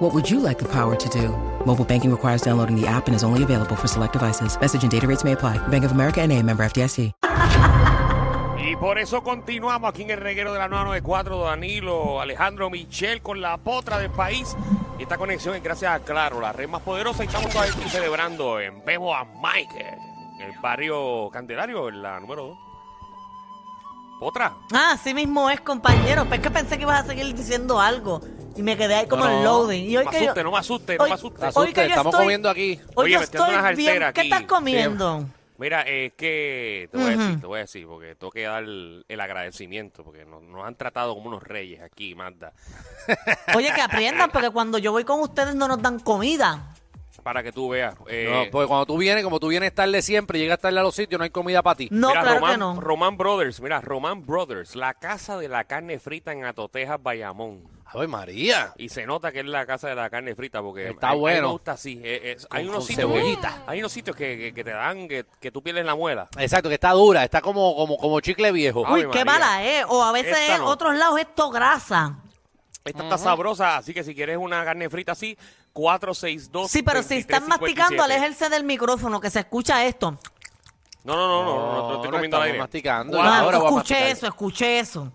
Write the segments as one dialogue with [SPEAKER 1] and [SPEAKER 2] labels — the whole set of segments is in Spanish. [SPEAKER 1] What would you like the power to do? Mobile banking requires downloading the app and is only available for select devices. Message and data rates may apply. Bank of America and a member FDIC.
[SPEAKER 2] Y por eso continuamos aquí en el reguero de la 994, Danilo, Alejandro Michel con la potra del país. Y esta conexión es gracias a Claro, la red más poderosa. Y estamos todavía aquí celebrando en Bebo a Mike, en el barrio Candelario, en la número 2. Potra,
[SPEAKER 3] Ah, así mismo es, compañero. Pues es que pensé que ibas a seguir diciendo algo. Y me quedé ahí como
[SPEAKER 2] No,
[SPEAKER 3] en
[SPEAKER 2] no,
[SPEAKER 3] loading. Y hoy
[SPEAKER 2] no me
[SPEAKER 3] que
[SPEAKER 2] asuste, no me asuste, no me asuste.
[SPEAKER 3] hoy que yo
[SPEAKER 4] estamos
[SPEAKER 3] estoy-
[SPEAKER 4] comiendo aquí.
[SPEAKER 3] Hoy
[SPEAKER 2] Oye,
[SPEAKER 3] yo
[SPEAKER 2] me estoy dando
[SPEAKER 3] estoy
[SPEAKER 2] unas
[SPEAKER 3] bien.
[SPEAKER 2] alteras
[SPEAKER 3] ¿Qué
[SPEAKER 2] aquí.
[SPEAKER 3] estás comiendo?
[SPEAKER 2] mira, es que te voy a decir, te voy a decir, porque tengo que dar el agradecimiento, porque nos, nos han tratado como unos reyes aquí, Magda.
[SPEAKER 3] Oye, que aprendan, porque cuando yo voy con ustedes no nos dan comida.
[SPEAKER 2] Para que tú veas. eh,
[SPEAKER 4] No, pues, porque cuando tú vienes, como tú vienes tarde siempre, llegas tarde a los sitios, no hay comida para ti.
[SPEAKER 3] No,
[SPEAKER 2] mira,
[SPEAKER 3] claro
[SPEAKER 2] Román,
[SPEAKER 3] que no.
[SPEAKER 2] Román Brothers, mira, Román Brothers, la casa de la carne frita en Atotejas, Bayamón.
[SPEAKER 4] Ay, María.
[SPEAKER 2] Y se nota que es la casa de la carne frita porque
[SPEAKER 4] Está
[SPEAKER 2] a- a mí
[SPEAKER 4] bueno.
[SPEAKER 2] me gusta así. eh, eh, hay,
[SPEAKER 4] Con-
[SPEAKER 2] unos
[SPEAKER 4] con
[SPEAKER 2] sitios que,
[SPEAKER 4] cebollita.
[SPEAKER 2] hay unos sitios que, que- que te dan, que, que tú pierdes la muela.
[SPEAKER 4] Exacto, que está dura, está como, como, como chicle viejo.
[SPEAKER 2] Ave
[SPEAKER 3] Uy, qué
[SPEAKER 2] María.
[SPEAKER 3] mala es. O a veces
[SPEAKER 2] Esta
[SPEAKER 3] en
[SPEAKER 2] no.
[SPEAKER 3] otros lados esto grasa.
[SPEAKER 2] Esta está sabrosa, así que si quieres una carne frita así, 462.
[SPEAKER 3] Sí, pero si están masticando, aléjense del micrófono, que se escucha esto.
[SPEAKER 2] No, no, no, no, no, no, te estoy
[SPEAKER 4] No, no
[SPEAKER 2] comiendo al
[SPEAKER 4] estamos
[SPEAKER 2] aire.
[SPEAKER 4] masticando.
[SPEAKER 3] No,
[SPEAKER 4] Ahora
[SPEAKER 2] Cuatro-
[SPEAKER 4] voy a masticar.
[SPEAKER 3] escuché eso, escuché eso.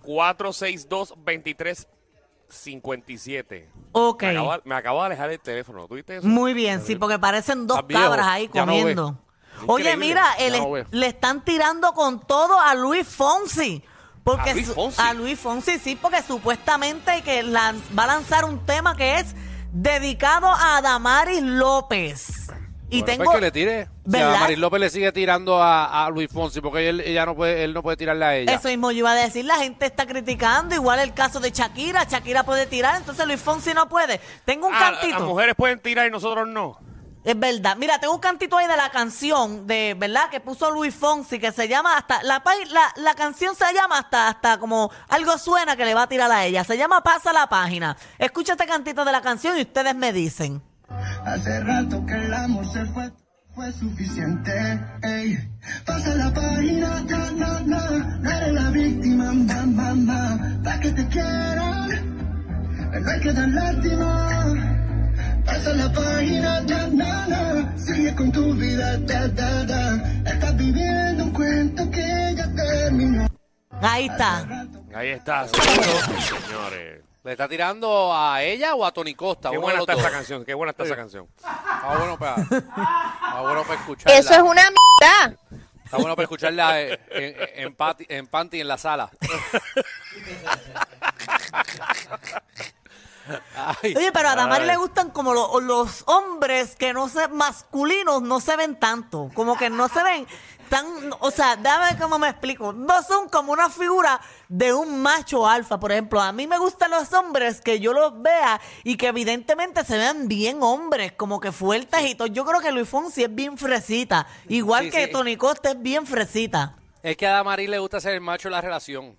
[SPEAKER 2] 462-2357.
[SPEAKER 3] Ok.
[SPEAKER 2] Me acabo, me acabo de alejar el teléfono. ¿Tú viste eso?
[SPEAKER 3] Muy bien, sí, porque parecen dos
[SPEAKER 4] Estás viejo,
[SPEAKER 3] cabras ahí
[SPEAKER 4] ya no ve.
[SPEAKER 3] comiendo. Oye,
[SPEAKER 2] Increíble,
[SPEAKER 3] mira,
[SPEAKER 4] ya
[SPEAKER 3] el-
[SPEAKER 4] no ve.
[SPEAKER 3] le están tirando con todo a Luis Fonsi. Porque
[SPEAKER 2] ¿A Luis
[SPEAKER 3] su-
[SPEAKER 2] Fonsi?
[SPEAKER 3] a Luis Fonsi, sí, porque supuestamente que lan- va a lanzar un tema que es dedicado a Damaris López. Y
[SPEAKER 4] Bueno,
[SPEAKER 3] tengo...
[SPEAKER 4] pues que le tire. Si
[SPEAKER 3] ¿Verdad?
[SPEAKER 4] a Maris López le sigue tirando a, a Luis Fonsi, porque él, ella no puede, él no puede tirarle a ella.
[SPEAKER 3] Eso mismo yo iba a decir, la gente está criticando, igual el caso de Shakira, Shakira puede tirar, entonces Luis Fonsi no puede. Tengo un
[SPEAKER 2] Ah,
[SPEAKER 3] cantito.
[SPEAKER 2] las mujeres pueden tirar y nosotros no.
[SPEAKER 3] Es verdad. Mira, tengo un cantito ahí de la canción de, ¿verdad? Que puso Luis Fonsi, que se llama hasta, la, pa- la, la canción se llama hasta, hasta como algo suena que le va a tirar a ella. Se llama Pasa la página. Escucha este cantito de la canción y ustedes me dicen.
[SPEAKER 5] Hace rato que el amor se fue, fue suficiente. Ey. Pasa la página, na, na, na. No eres la víctima, ma, ma, ma. Pa' que te quieran, no hay que dar lástima. Pasa la página, na, na, na. Sigue con tu vida, da, da, da. Estás viviendo un cuento que ya terminó.
[SPEAKER 3] Ahí está.
[SPEAKER 2] Ahí está, señores. señores.
[SPEAKER 4] ¿Le está tirando a ella o a Tony Costa?
[SPEAKER 2] Qué
[SPEAKER 4] Uno
[SPEAKER 2] buena
[SPEAKER 4] de los
[SPEAKER 2] está esa
[SPEAKER 4] dos.
[SPEAKER 2] canción, qué buena está esa canción.
[SPEAKER 4] Está bueno para, está bueno para escucharla.
[SPEAKER 6] Eso es una mierda.
[SPEAKER 4] Está bueno para escucharla eh, en, en, pati- en panty en la sala. Ay,
[SPEAKER 3] Oye, pero a Damari
[SPEAKER 2] Ay.
[SPEAKER 3] le gustan como lo- los hombres que no se, masculinos no se ven tanto. Como que no se ven tan, o sea, déjame ver cómo me explico. No son como una figura de un macho alfa, por ejemplo. A mí me gustan los hombres que yo los vea y que evidentemente se vean bien hombres, como que fuertes y todo. Yo creo que Luis Fonsi es bien fresita. Igual
[SPEAKER 4] Sí,
[SPEAKER 3] que
[SPEAKER 4] sí.
[SPEAKER 3] Tony Costa es bien fresita.
[SPEAKER 4] es que a Damaris le gusta ser el macho en la relación.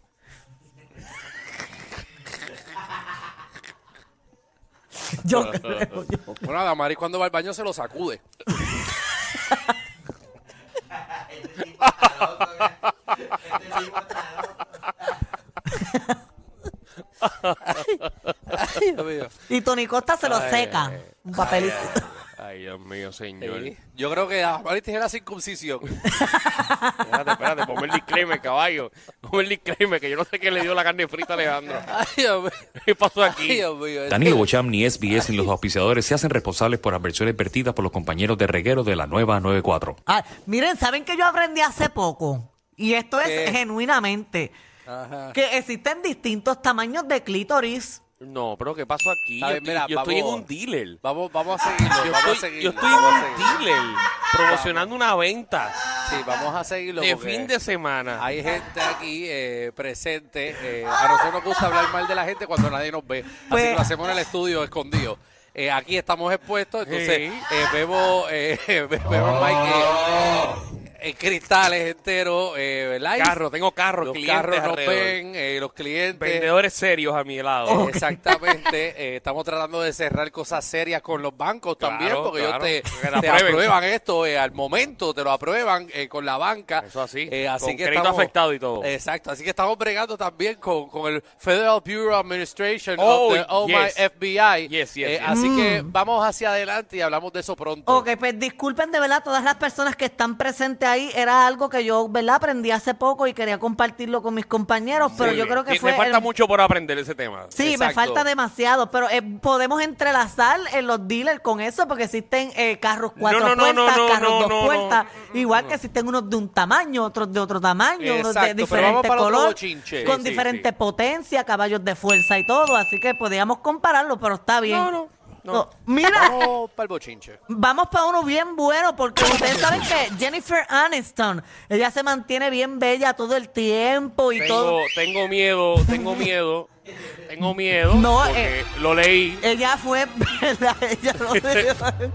[SPEAKER 3] Yo creo. yo-
[SPEAKER 4] Bueno, a Damaris cuando va al baño se lo sacude. Ay, Dios mío.
[SPEAKER 3] Y Tony Costa se lo seca. Un papelito.
[SPEAKER 2] Ay, Dios mío, señor.
[SPEAKER 4] Sí, Yo creo que Damaris tiene la circuncisión.
[SPEAKER 2] Espérate, espérate, ponme el disclaimer, caballo. Ponme el disclaimer, que yo no sé qué le dio la carne frita a Alejandro.
[SPEAKER 4] Ay, Dios mío.
[SPEAKER 2] ¿Qué pasó
[SPEAKER 4] Ay,
[SPEAKER 2] aquí?
[SPEAKER 4] Dios mío.
[SPEAKER 7] Danilo Bocham, ni SBS, ni los auspiciadores se hacen responsables por adversiones vertidas por los compañeros de reguero de la nueva 94.
[SPEAKER 3] Ah, miren, ¿saben que yo aprendí hace poco? Y esto es
[SPEAKER 4] ¿Qué?
[SPEAKER 3] genuinamente. Que existen distintos tamaños de clítoris.
[SPEAKER 2] No, pero ¿qué pasó aquí? Yo,
[SPEAKER 4] A ver,
[SPEAKER 2] estoy-
[SPEAKER 4] mira,
[SPEAKER 2] yo estoy en
[SPEAKER 4] vamos.
[SPEAKER 2] un dealer.
[SPEAKER 4] Vamos, vamos a seguirlo.
[SPEAKER 2] Yo
[SPEAKER 4] vamos a
[SPEAKER 2] estoy,
[SPEAKER 4] seguirlo.
[SPEAKER 2] yo estoy en
[SPEAKER 4] vamos a
[SPEAKER 2] un
[SPEAKER 4] seguirlo.
[SPEAKER 2] dealer promocionando una venta
[SPEAKER 4] Sí, vamos a seguirlo.
[SPEAKER 2] de
[SPEAKER 4] porque
[SPEAKER 2] fin de semana.
[SPEAKER 4] Hay gente aquí eh, presente. eh, a nosotros nos gusta hablar mal de la gente cuando nadie nos ve.
[SPEAKER 3] Pues-
[SPEAKER 4] Así que lo hacemos en el estudio escondido. Eh, aquí estamos expuestos, entonces
[SPEAKER 2] Sí. Oh.
[SPEAKER 4] eh, vemos, eh, vemos Mike. eh, en cristales enteros, eh, ¿verdad? Y
[SPEAKER 2] Carro, tengo carro,
[SPEAKER 4] los
[SPEAKER 2] clientes
[SPEAKER 4] carros nos
[SPEAKER 2] alrededor.
[SPEAKER 4] ven, eh, los clientes.
[SPEAKER 2] Vendedores serios a mi lado.
[SPEAKER 3] Oh,
[SPEAKER 4] Eh, Exactamente, eh, estamos tratando de cerrar cosas serias con los bancos
[SPEAKER 2] Claro,
[SPEAKER 4] también, porque
[SPEAKER 2] claro,
[SPEAKER 4] ellos
[SPEAKER 2] que
[SPEAKER 4] te,
[SPEAKER 2] la
[SPEAKER 4] te
[SPEAKER 2] aprueben.
[SPEAKER 4] aprueban esto eh, al momento, te lo aprueban eh, con la banca.
[SPEAKER 2] Eso así,
[SPEAKER 4] Eh, así
[SPEAKER 2] con
[SPEAKER 4] que
[SPEAKER 2] crédito
[SPEAKER 4] estamos-
[SPEAKER 2] afectado y todo.
[SPEAKER 4] Exacto, así que estamos bregando también con, con el Federal Bureau Administration
[SPEAKER 2] Oh,
[SPEAKER 4] of the oh my
[SPEAKER 2] yes.
[SPEAKER 4] FBI.
[SPEAKER 2] Yes, yes,
[SPEAKER 4] Eh,
[SPEAKER 2] yes.
[SPEAKER 4] Así que vamos hacia adelante y hablamos de eso pronto.
[SPEAKER 3] Mm. Ok, pues disculpen de verdad todas las personas que están presentes ahí. Era algo que yo, ¿verdad? Aprendí hace poco y quería compartirlo con mis compañeros, pero
[SPEAKER 2] Muy
[SPEAKER 3] yo
[SPEAKER 2] bien.
[SPEAKER 3] creo
[SPEAKER 2] Te-
[SPEAKER 3] que fue...
[SPEAKER 2] Te falta
[SPEAKER 3] el-
[SPEAKER 2] mucho por aprender ese tema.
[SPEAKER 3] Sí, me
[SPEAKER 4] Exacto.
[SPEAKER 3] falta demasiado, pero eh, podemos entrelazar en los dealers con eso porque existen eh, carros cuatro
[SPEAKER 2] no, no,
[SPEAKER 3] puertas,
[SPEAKER 2] no,
[SPEAKER 3] carros
[SPEAKER 2] no,
[SPEAKER 3] dos
[SPEAKER 2] no,
[SPEAKER 3] puertas,
[SPEAKER 2] no,
[SPEAKER 3] igual que existen unos de un tamaño, otros de otro tamaño, unos de
[SPEAKER 4] Exacto, pero vamos
[SPEAKER 3] diferente
[SPEAKER 4] para otro
[SPEAKER 3] color,
[SPEAKER 4] bochinche.
[SPEAKER 3] con
[SPEAKER 2] Sí, sí,
[SPEAKER 3] diferente
[SPEAKER 2] sí.
[SPEAKER 3] potencia, caballos de fuerza y todo, así que podíamos compararlo, pero está bien.
[SPEAKER 4] No, no, no.
[SPEAKER 3] No, Mira,
[SPEAKER 4] Vamos para el bochinche.
[SPEAKER 3] Vamos para uno bien bueno, porque ustedes saben que Jennifer Aniston, ella se mantiene bien bella todo el tiempo y todo.
[SPEAKER 2] Tengo, tengo miedo, tengo miedo, tengo miedo.
[SPEAKER 3] No,
[SPEAKER 2] porque
[SPEAKER 3] eh,
[SPEAKER 2] lo leí.
[SPEAKER 3] Ella fue, ¿verdad? Ella lo
[SPEAKER 2] Este, tengo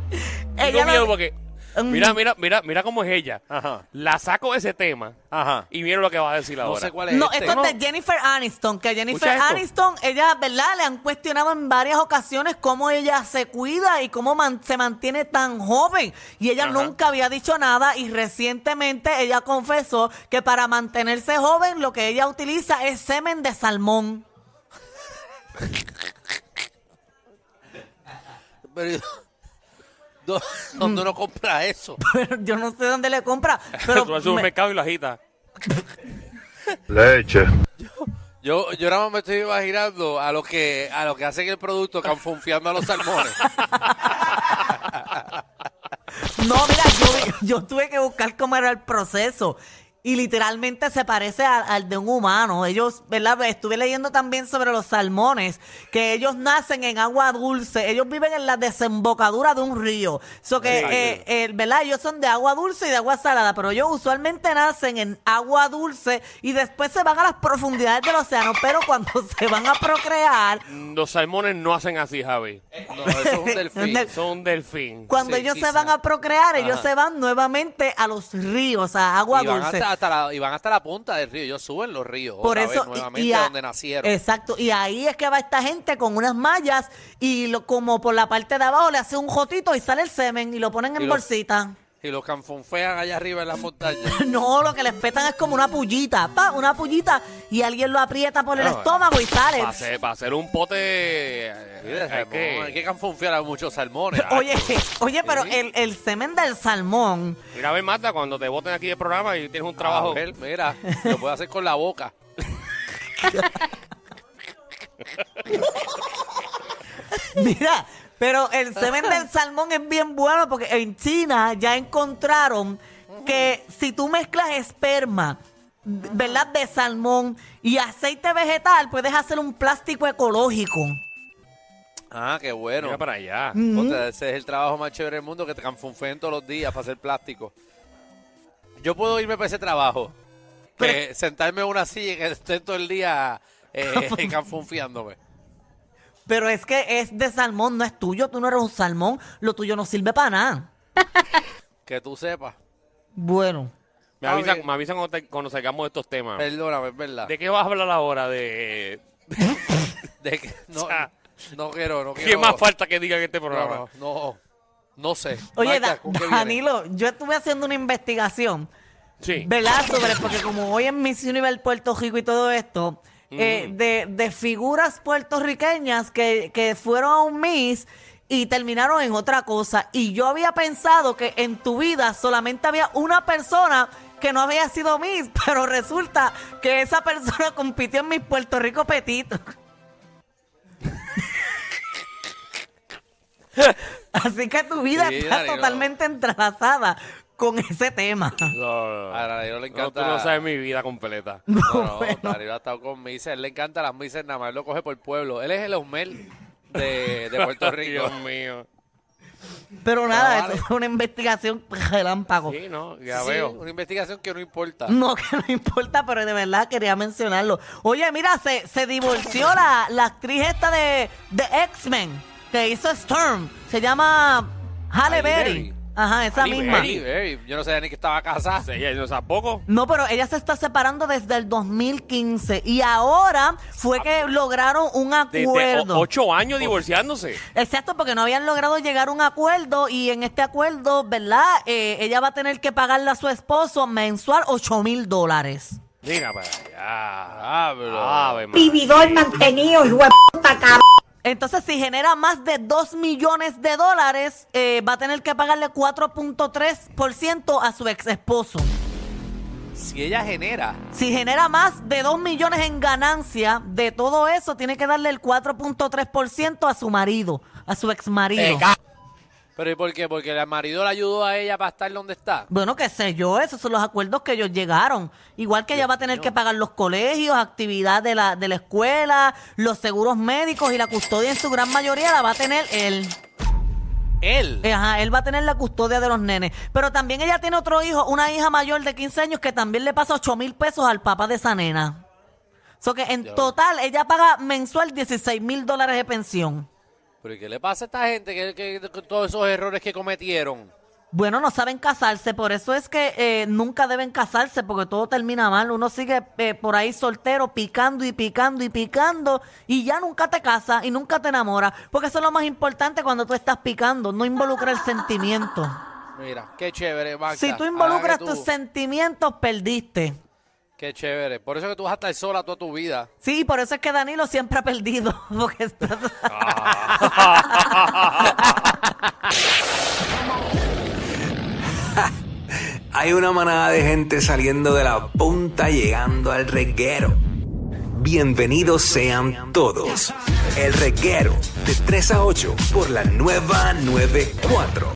[SPEAKER 3] Ella lo-
[SPEAKER 2] miedo porque.
[SPEAKER 3] Mm.
[SPEAKER 2] Mira, mira, mira, mira cómo es ella.
[SPEAKER 4] Ajá.
[SPEAKER 2] La saco de ese tema
[SPEAKER 4] Ajá.
[SPEAKER 2] y mira lo que va a decir
[SPEAKER 4] No
[SPEAKER 2] ahora.
[SPEAKER 4] sé cuál es
[SPEAKER 3] No,
[SPEAKER 4] este.
[SPEAKER 3] esto es de Jennifer Aniston, que Jennifer
[SPEAKER 2] Escucha esto.
[SPEAKER 3] Aniston, ella, ¿verdad? Le han cuestionado en varias ocasiones cómo ella se cuida y cómo man- se mantiene tan joven. Y ella
[SPEAKER 2] Ajá.
[SPEAKER 3] nunca había dicho nada y recientemente ella confesó que para mantenerse joven lo que ella utiliza es semen de salmón.
[SPEAKER 4] Pero, ¿dó- ¿Dónde uno compra eso?
[SPEAKER 3] Pero yo no sé dónde le compra. Pero
[SPEAKER 2] Tú vas al
[SPEAKER 3] me-
[SPEAKER 2] supermercado y lo agitas.
[SPEAKER 6] Leche.
[SPEAKER 4] Yo, yo nada más me estoy imaginando a los que a los que hacen el producto canfunfiando a los salmones.
[SPEAKER 3] no, mira, yo, vi- yo tuve que buscar cómo era el proceso. Y literalmente se parece a- al de un humano. Ellos, ¿verdad? Estuve leyendo también sobre los salmones, que ellos nacen en agua dulce. Ellos viven en la desembocadura de un río. So que,
[SPEAKER 4] Exacto.
[SPEAKER 3] eh, eh, ¿verdad? Ellos son de agua dulce y de agua salada, pero ellos usualmente nacen en agua dulce y después se van a las profundidades del océano. Pero cuando se van a procrear,
[SPEAKER 2] Mm, Los salmones no hacen así, Javi.
[SPEAKER 3] Eh,
[SPEAKER 4] No, eso es un delfín.
[SPEAKER 3] Un
[SPEAKER 2] Son delfín.
[SPEAKER 3] Cuando
[SPEAKER 4] Sí,
[SPEAKER 3] ellos
[SPEAKER 4] quizá.
[SPEAKER 3] se van a procrear, ellos
[SPEAKER 4] Ajá.
[SPEAKER 3] se van nuevamente a los ríos, a agua
[SPEAKER 4] y, van
[SPEAKER 3] dulce.
[SPEAKER 4] hasta, hasta la, y van hasta la punta del río. Ellos suben los ríos.
[SPEAKER 3] Por
[SPEAKER 4] otra vez,
[SPEAKER 3] eso, y-
[SPEAKER 4] nuevamente,
[SPEAKER 3] y a-
[SPEAKER 4] donde nacieron.
[SPEAKER 3] Exacto, y ahí es que va esta gente con unas mallas y lo, como por la parte de abajo le hace un jotito y sale el semen y lo ponen en
[SPEAKER 4] Y lo-
[SPEAKER 3] bolsita.
[SPEAKER 4] Y los canfunfean allá arriba en las montañas.
[SPEAKER 3] No, lo que les petan es como una pullita, pa, una pullita y alguien lo aprieta por el
[SPEAKER 4] Ah,
[SPEAKER 3] estómago y sale.
[SPEAKER 2] Para hacer, para hacer un pote.
[SPEAKER 4] Sí, de
[SPEAKER 2] eh, hay
[SPEAKER 4] salmón, Hay que canfunfear a muchos salmones.
[SPEAKER 3] Oye, oye, pero el, el semen del salmón,
[SPEAKER 2] Mira, a ver, Marta, cuando te voten aquí del programa y tienes un
[SPEAKER 4] trabajo.
[SPEAKER 2] trabajo.
[SPEAKER 4] mira, lo puedo hacer con la boca.
[SPEAKER 3] Mira, pero el semen del salmón es bien bueno porque en China ya encontraron que si tú mezclas esperma, ¿verdad? De salmón y aceite vegetal, puedes hacer un plástico ecológico.
[SPEAKER 4] Ah, qué bueno.
[SPEAKER 2] Mira para allá.
[SPEAKER 3] Mm-hmm.
[SPEAKER 4] Contra, ese es el trabajo más chévere del mundo que te canfunfeen todos los días para hacer plástico. Yo puedo irme para ese trabajo. que sentarme en una silla y que esté todo el día eh, canfunfiándome.
[SPEAKER 3] Pero es que es de salmón, no es tuyo, tú no eres un salmón, lo tuyo no sirve para nada.
[SPEAKER 4] Que tú sepas.
[SPEAKER 3] Bueno,
[SPEAKER 2] Me
[SPEAKER 4] Ah,
[SPEAKER 2] avisan,
[SPEAKER 4] bien.
[SPEAKER 2] me avisan cuando, te- cuando salgamos de estos temas.
[SPEAKER 4] Perdóname, es verdad.
[SPEAKER 2] Ah. ¿De qué vas a hablar ahora? De...
[SPEAKER 4] De que- no,
[SPEAKER 2] O sea,
[SPEAKER 4] no quiero, no
[SPEAKER 2] ¿Qué
[SPEAKER 4] quiero.
[SPEAKER 2] más falta que diga en este
[SPEAKER 4] No,
[SPEAKER 2] programa?
[SPEAKER 4] no, no, no sé.
[SPEAKER 3] oye,
[SPEAKER 4] Magda,
[SPEAKER 3] Da-
[SPEAKER 4] ¿con qué viene?
[SPEAKER 3] Danilo, yo estuve haciendo una investigación.
[SPEAKER 2] Sí.
[SPEAKER 3] ¿Verdad? Sobre, porque como hoy en Miss Universe Puerto Rico y todo esto, eh, de, de figuras puertorriqueñas que, que fueron a un Miss y terminaron en otra cosa. Y yo había pensado que en tu vida solamente había una persona que no había sido Miss, pero resulta que esa persona compitió en Miss Puerto Rico Petito. Así que tu vida
[SPEAKER 4] Sí,
[SPEAKER 3] está
[SPEAKER 4] Danilo.
[SPEAKER 3] totalmente entrelazada con ese tema.
[SPEAKER 2] No, no, no.
[SPEAKER 4] A Danilo le encanta-
[SPEAKER 2] No, tú no sabes mi vida completa.
[SPEAKER 4] No, no, Danilo ha estado con Mises. Él le encanta las Mises, nada más él lo coge por pueblo. Él es el Osmel de, de Puerto Rico.
[SPEAKER 2] Dios mío.
[SPEAKER 3] Pero nada,
[SPEAKER 4] vale.
[SPEAKER 3] eso fue una investigación relámpago.
[SPEAKER 2] Sí, no, ya
[SPEAKER 4] Sí, Mm,
[SPEAKER 2] veo.
[SPEAKER 4] Una investigación que no importa.
[SPEAKER 3] No, que no importa, pero de verdad quería mencionarlo. Oye, mira, se, se divorció la, la actriz esta de, de X-Men que hizo Storm. Se llama Halle
[SPEAKER 4] Halle
[SPEAKER 3] Berry.
[SPEAKER 4] Berry.
[SPEAKER 3] Ajá, esa
[SPEAKER 2] Ali
[SPEAKER 3] misma.
[SPEAKER 2] Berry.
[SPEAKER 4] Berry, Yo no sabía ni que estaba casada.
[SPEAKER 2] Sí, ella no tampoco.
[SPEAKER 3] No, pero ella se está separando desde el 2015 y ahora fue que lograron un
[SPEAKER 2] Ah, Desde o-
[SPEAKER 3] acuerdo.
[SPEAKER 2] ocho años divorciándose.
[SPEAKER 3] Exacto, porque no habían logrado llegar a un acuerdo y en este acuerdo, ¿verdad? Eh, ella va a tener que pagarle a su esposo mensual 8 mil dólares.
[SPEAKER 2] Mira para allá.
[SPEAKER 4] Ah, pero...
[SPEAKER 2] Ave María.
[SPEAKER 6] vividor mantenido, hijo de puta, cabrón.
[SPEAKER 3] Entonces, si genera más de 2 millones de dólares, eh, va a tener que pagarle 4.3% a su ex esposo.
[SPEAKER 4] Si ella genera...
[SPEAKER 3] Si genera más de 2 millones en ganancia, de todo eso tiene que darle el 4.3% a su marido, a su ex marido.
[SPEAKER 4] ¿Pero y por qué? ¿Porque el marido la ayudó a ella para estar donde está?
[SPEAKER 3] Bueno, qué sé yo, esos son los acuerdos que ellos llegaron. Igual que ella va a tener que pagar los colegios, actividad de la, de la escuela, los seguros médicos y la custodia en su gran mayoría la va a tener él. Eh,
[SPEAKER 4] Él.
[SPEAKER 3] Ajá, él va a tener la custodia de los nenes. Pero también ella tiene otro hijo, una hija mayor de 15 años que también le pasa 8 mil pesos al papá de esa nena. So que en total ella paga mensual 16 mil dólares de pensión.
[SPEAKER 4] ¿Pero y qué le pasa a esta gente? que todos esos errores que cometieron?
[SPEAKER 3] Bueno, no saben casarse, por eso es que eh, nunca deben casarse, porque todo termina mal. Uno sigue eh, por ahí soltero, picando y picando y picando, y ya nunca te casas y nunca te enamoras, porque eso es lo más importante cuando tú estás picando, no involucra el sentimiento.
[SPEAKER 4] Mira, qué chévere, Magda.
[SPEAKER 3] Si tú
[SPEAKER 4] Ahora
[SPEAKER 3] involucras
[SPEAKER 4] que Ah, tú-
[SPEAKER 3] tus sentimientos, perdiste.
[SPEAKER 4] Qué chévere. Por eso que tú vas a estar sola toda tu vida.
[SPEAKER 3] Sí, por eso es que Danilo siempre ha perdido, porque está-
[SPEAKER 8] Hay una manada de gente saliendo de la punta llegando al reguero. Bienvenidos sean todos. El reguero de 3 a 8 por la nueva 94.